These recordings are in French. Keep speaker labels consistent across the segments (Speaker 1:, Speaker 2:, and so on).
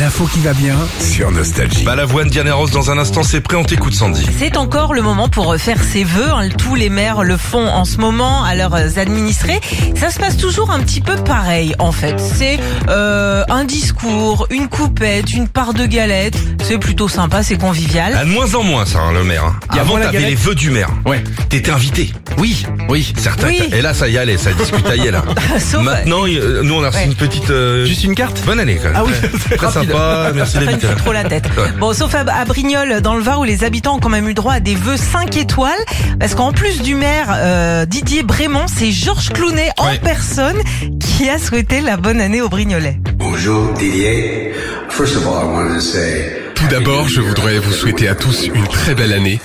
Speaker 1: L'info qui va bien sur Nostalgie.
Speaker 2: Balavoine, Diane et Rose, dans un instant, c'est prêt, on t'écoute Sandy.
Speaker 3: C'est encore le moment pour faire ses vœux. hein. Tous les maires le font en ce moment à leurs administrés. Ça se passe toujours un petit peu pareil en fait. C'est euh, un discours, une coupette, une part de galette. C'est plutôt sympa, c'est convivial.
Speaker 2: À Ah, de moins en moins ça, hein, le maire. hein.
Speaker 3: Ah,
Speaker 4: Il y a
Speaker 2: Avant,
Speaker 4: moins la
Speaker 2: t'avais
Speaker 4: galette.
Speaker 2: les vœux du maire.
Speaker 4: Ouais.
Speaker 2: T'étais invité.
Speaker 4: Oui, oui.
Speaker 2: Certains.
Speaker 3: Oui.
Speaker 2: Et là, ça y allait, ça discutaillait là.
Speaker 3: Sauf
Speaker 2: Maintenant, il- euh, nous, on a reçu
Speaker 3: Ouais.
Speaker 2: une petite. euh,
Speaker 4: Juste une carte
Speaker 2: Bonne année, quand même.
Speaker 4: Ah oui,
Speaker 2: Très-
Speaker 4: c'est
Speaker 2: Très
Speaker 4: rapide.
Speaker 2: sympa, merci
Speaker 3: Enfin, il
Speaker 2: d'être
Speaker 3: fout trop la tête.
Speaker 2: Ouais.
Speaker 3: Bon, sauf à, à Brignoles, dans le Var, où les habitants ont quand même eu droit à des vœux 5 étoiles. Parce qu'en plus du maire euh, Didier Brémont, c'est Georges Clounet en
Speaker 2: Ouais.
Speaker 3: personne qui a souhaité la bonne année aux Brignolais.
Speaker 5: Bonjour Didier. First of all, I wanted to say
Speaker 6: Tout d'abord, je voudrais vous souhaiter à tous une très belle année.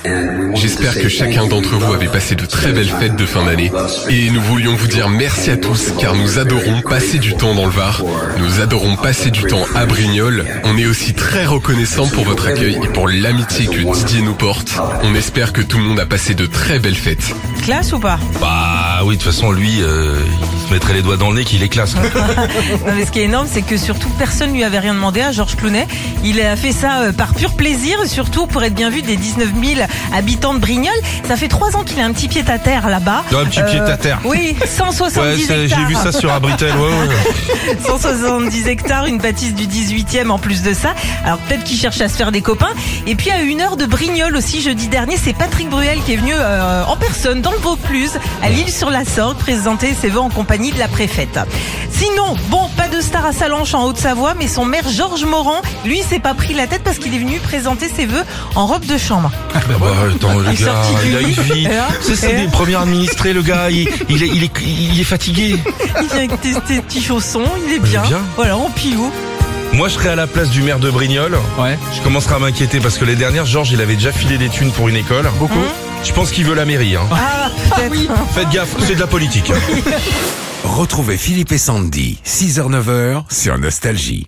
Speaker 6: J'espère que chacun d'entre vous avait passé de très belles fêtes de fin d'année. Et nous voulions vous dire merci à tous car nous adorons passer du temps dans le Var. Nous adorons passer du temps à Brignoles. On est aussi très reconnaissant pour votre accueil et pour l'amitié que Didier nous porte. On espère que tout le monde a passé de très belles fêtes.
Speaker 3: Classe ou pas
Speaker 2: Bah oui, de toute façon, lui, euh, il se mettrait les doigts dans le nez qu'il est classe.
Speaker 3: Non, mais ce qui est énorme, c'est que surtout personne lui avait rien demandé à Georges Clounet. Il a fait ça euh, par pur plaisir, surtout pour être bien vu des 19 000 habitants de Brignoles. Ça fait trois ans qu'il a un petit pied à terre là-bas. Euh,
Speaker 2: Ouais, un petit pied à terre.
Speaker 3: Oui, 170
Speaker 2: Ouais, c'est- j'ai
Speaker 3: hectares.
Speaker 2: vu ça sur Abritel, ouais, ouais.
Speaker 3: 170 hectares, une bâtisse du 18e en plus de ça. Alors peut-être qu'il cherche à se faire des copains. Et puis à une heure de Brignoles aussi jeudi dernier, c'est Patrick Bruel qui est venu euh, en personne dans le Vaucluse, à Lille-sur-la-Sorgue, présenter ses vœux en compagnie de la préfète. Sinon, bon, pas de star à Salanches en Haute-Savoie, mais son maire Georges Morand, lui, s'est pas pris la tête parce qu'il est venu présenter ses vœux en robe de chambre.
Speaker 2: Bah, bah, attends, le
Speaker 3: Il est
Speaker 2: gars,
Speaker 3: sorti du
Speaker 2: il a une
Speaker 3: lit.
Speaker 2: vie.
Speaker 3: Et là,
Speaker 2: C'est
Speaker 3: et
Speaker 2: c'est
Speaker 3: là.
Speaker 2: des premiers administrés, le gars, il, il est, il, est, il est fatigué.
Speaker 3: Il vient avec tes, tes petits chaussons, il est bien.
Speaker 2: bien.
Speaker 3: Voilà, en pilou.
Speaker 2: Moi, je serais à la place du maire de Brignoles.
Speaker 4: Ouais.
Speaker 2: Je commencerai à m'inquiéter parce que les dernières, Georges, il avait déjà filé des thunes pour une école.
Speaker 4: Beaucoup.
Speaker 2: Je pense qu'il veut la mairie. Hein.
Speaker 3: Ah, peut-être.
Speaker 2: Faites gaffe, c'est de la politique.
Speaker 1: Retrouvez Philippe et Sandy, 6h-9h sur Nostalgie.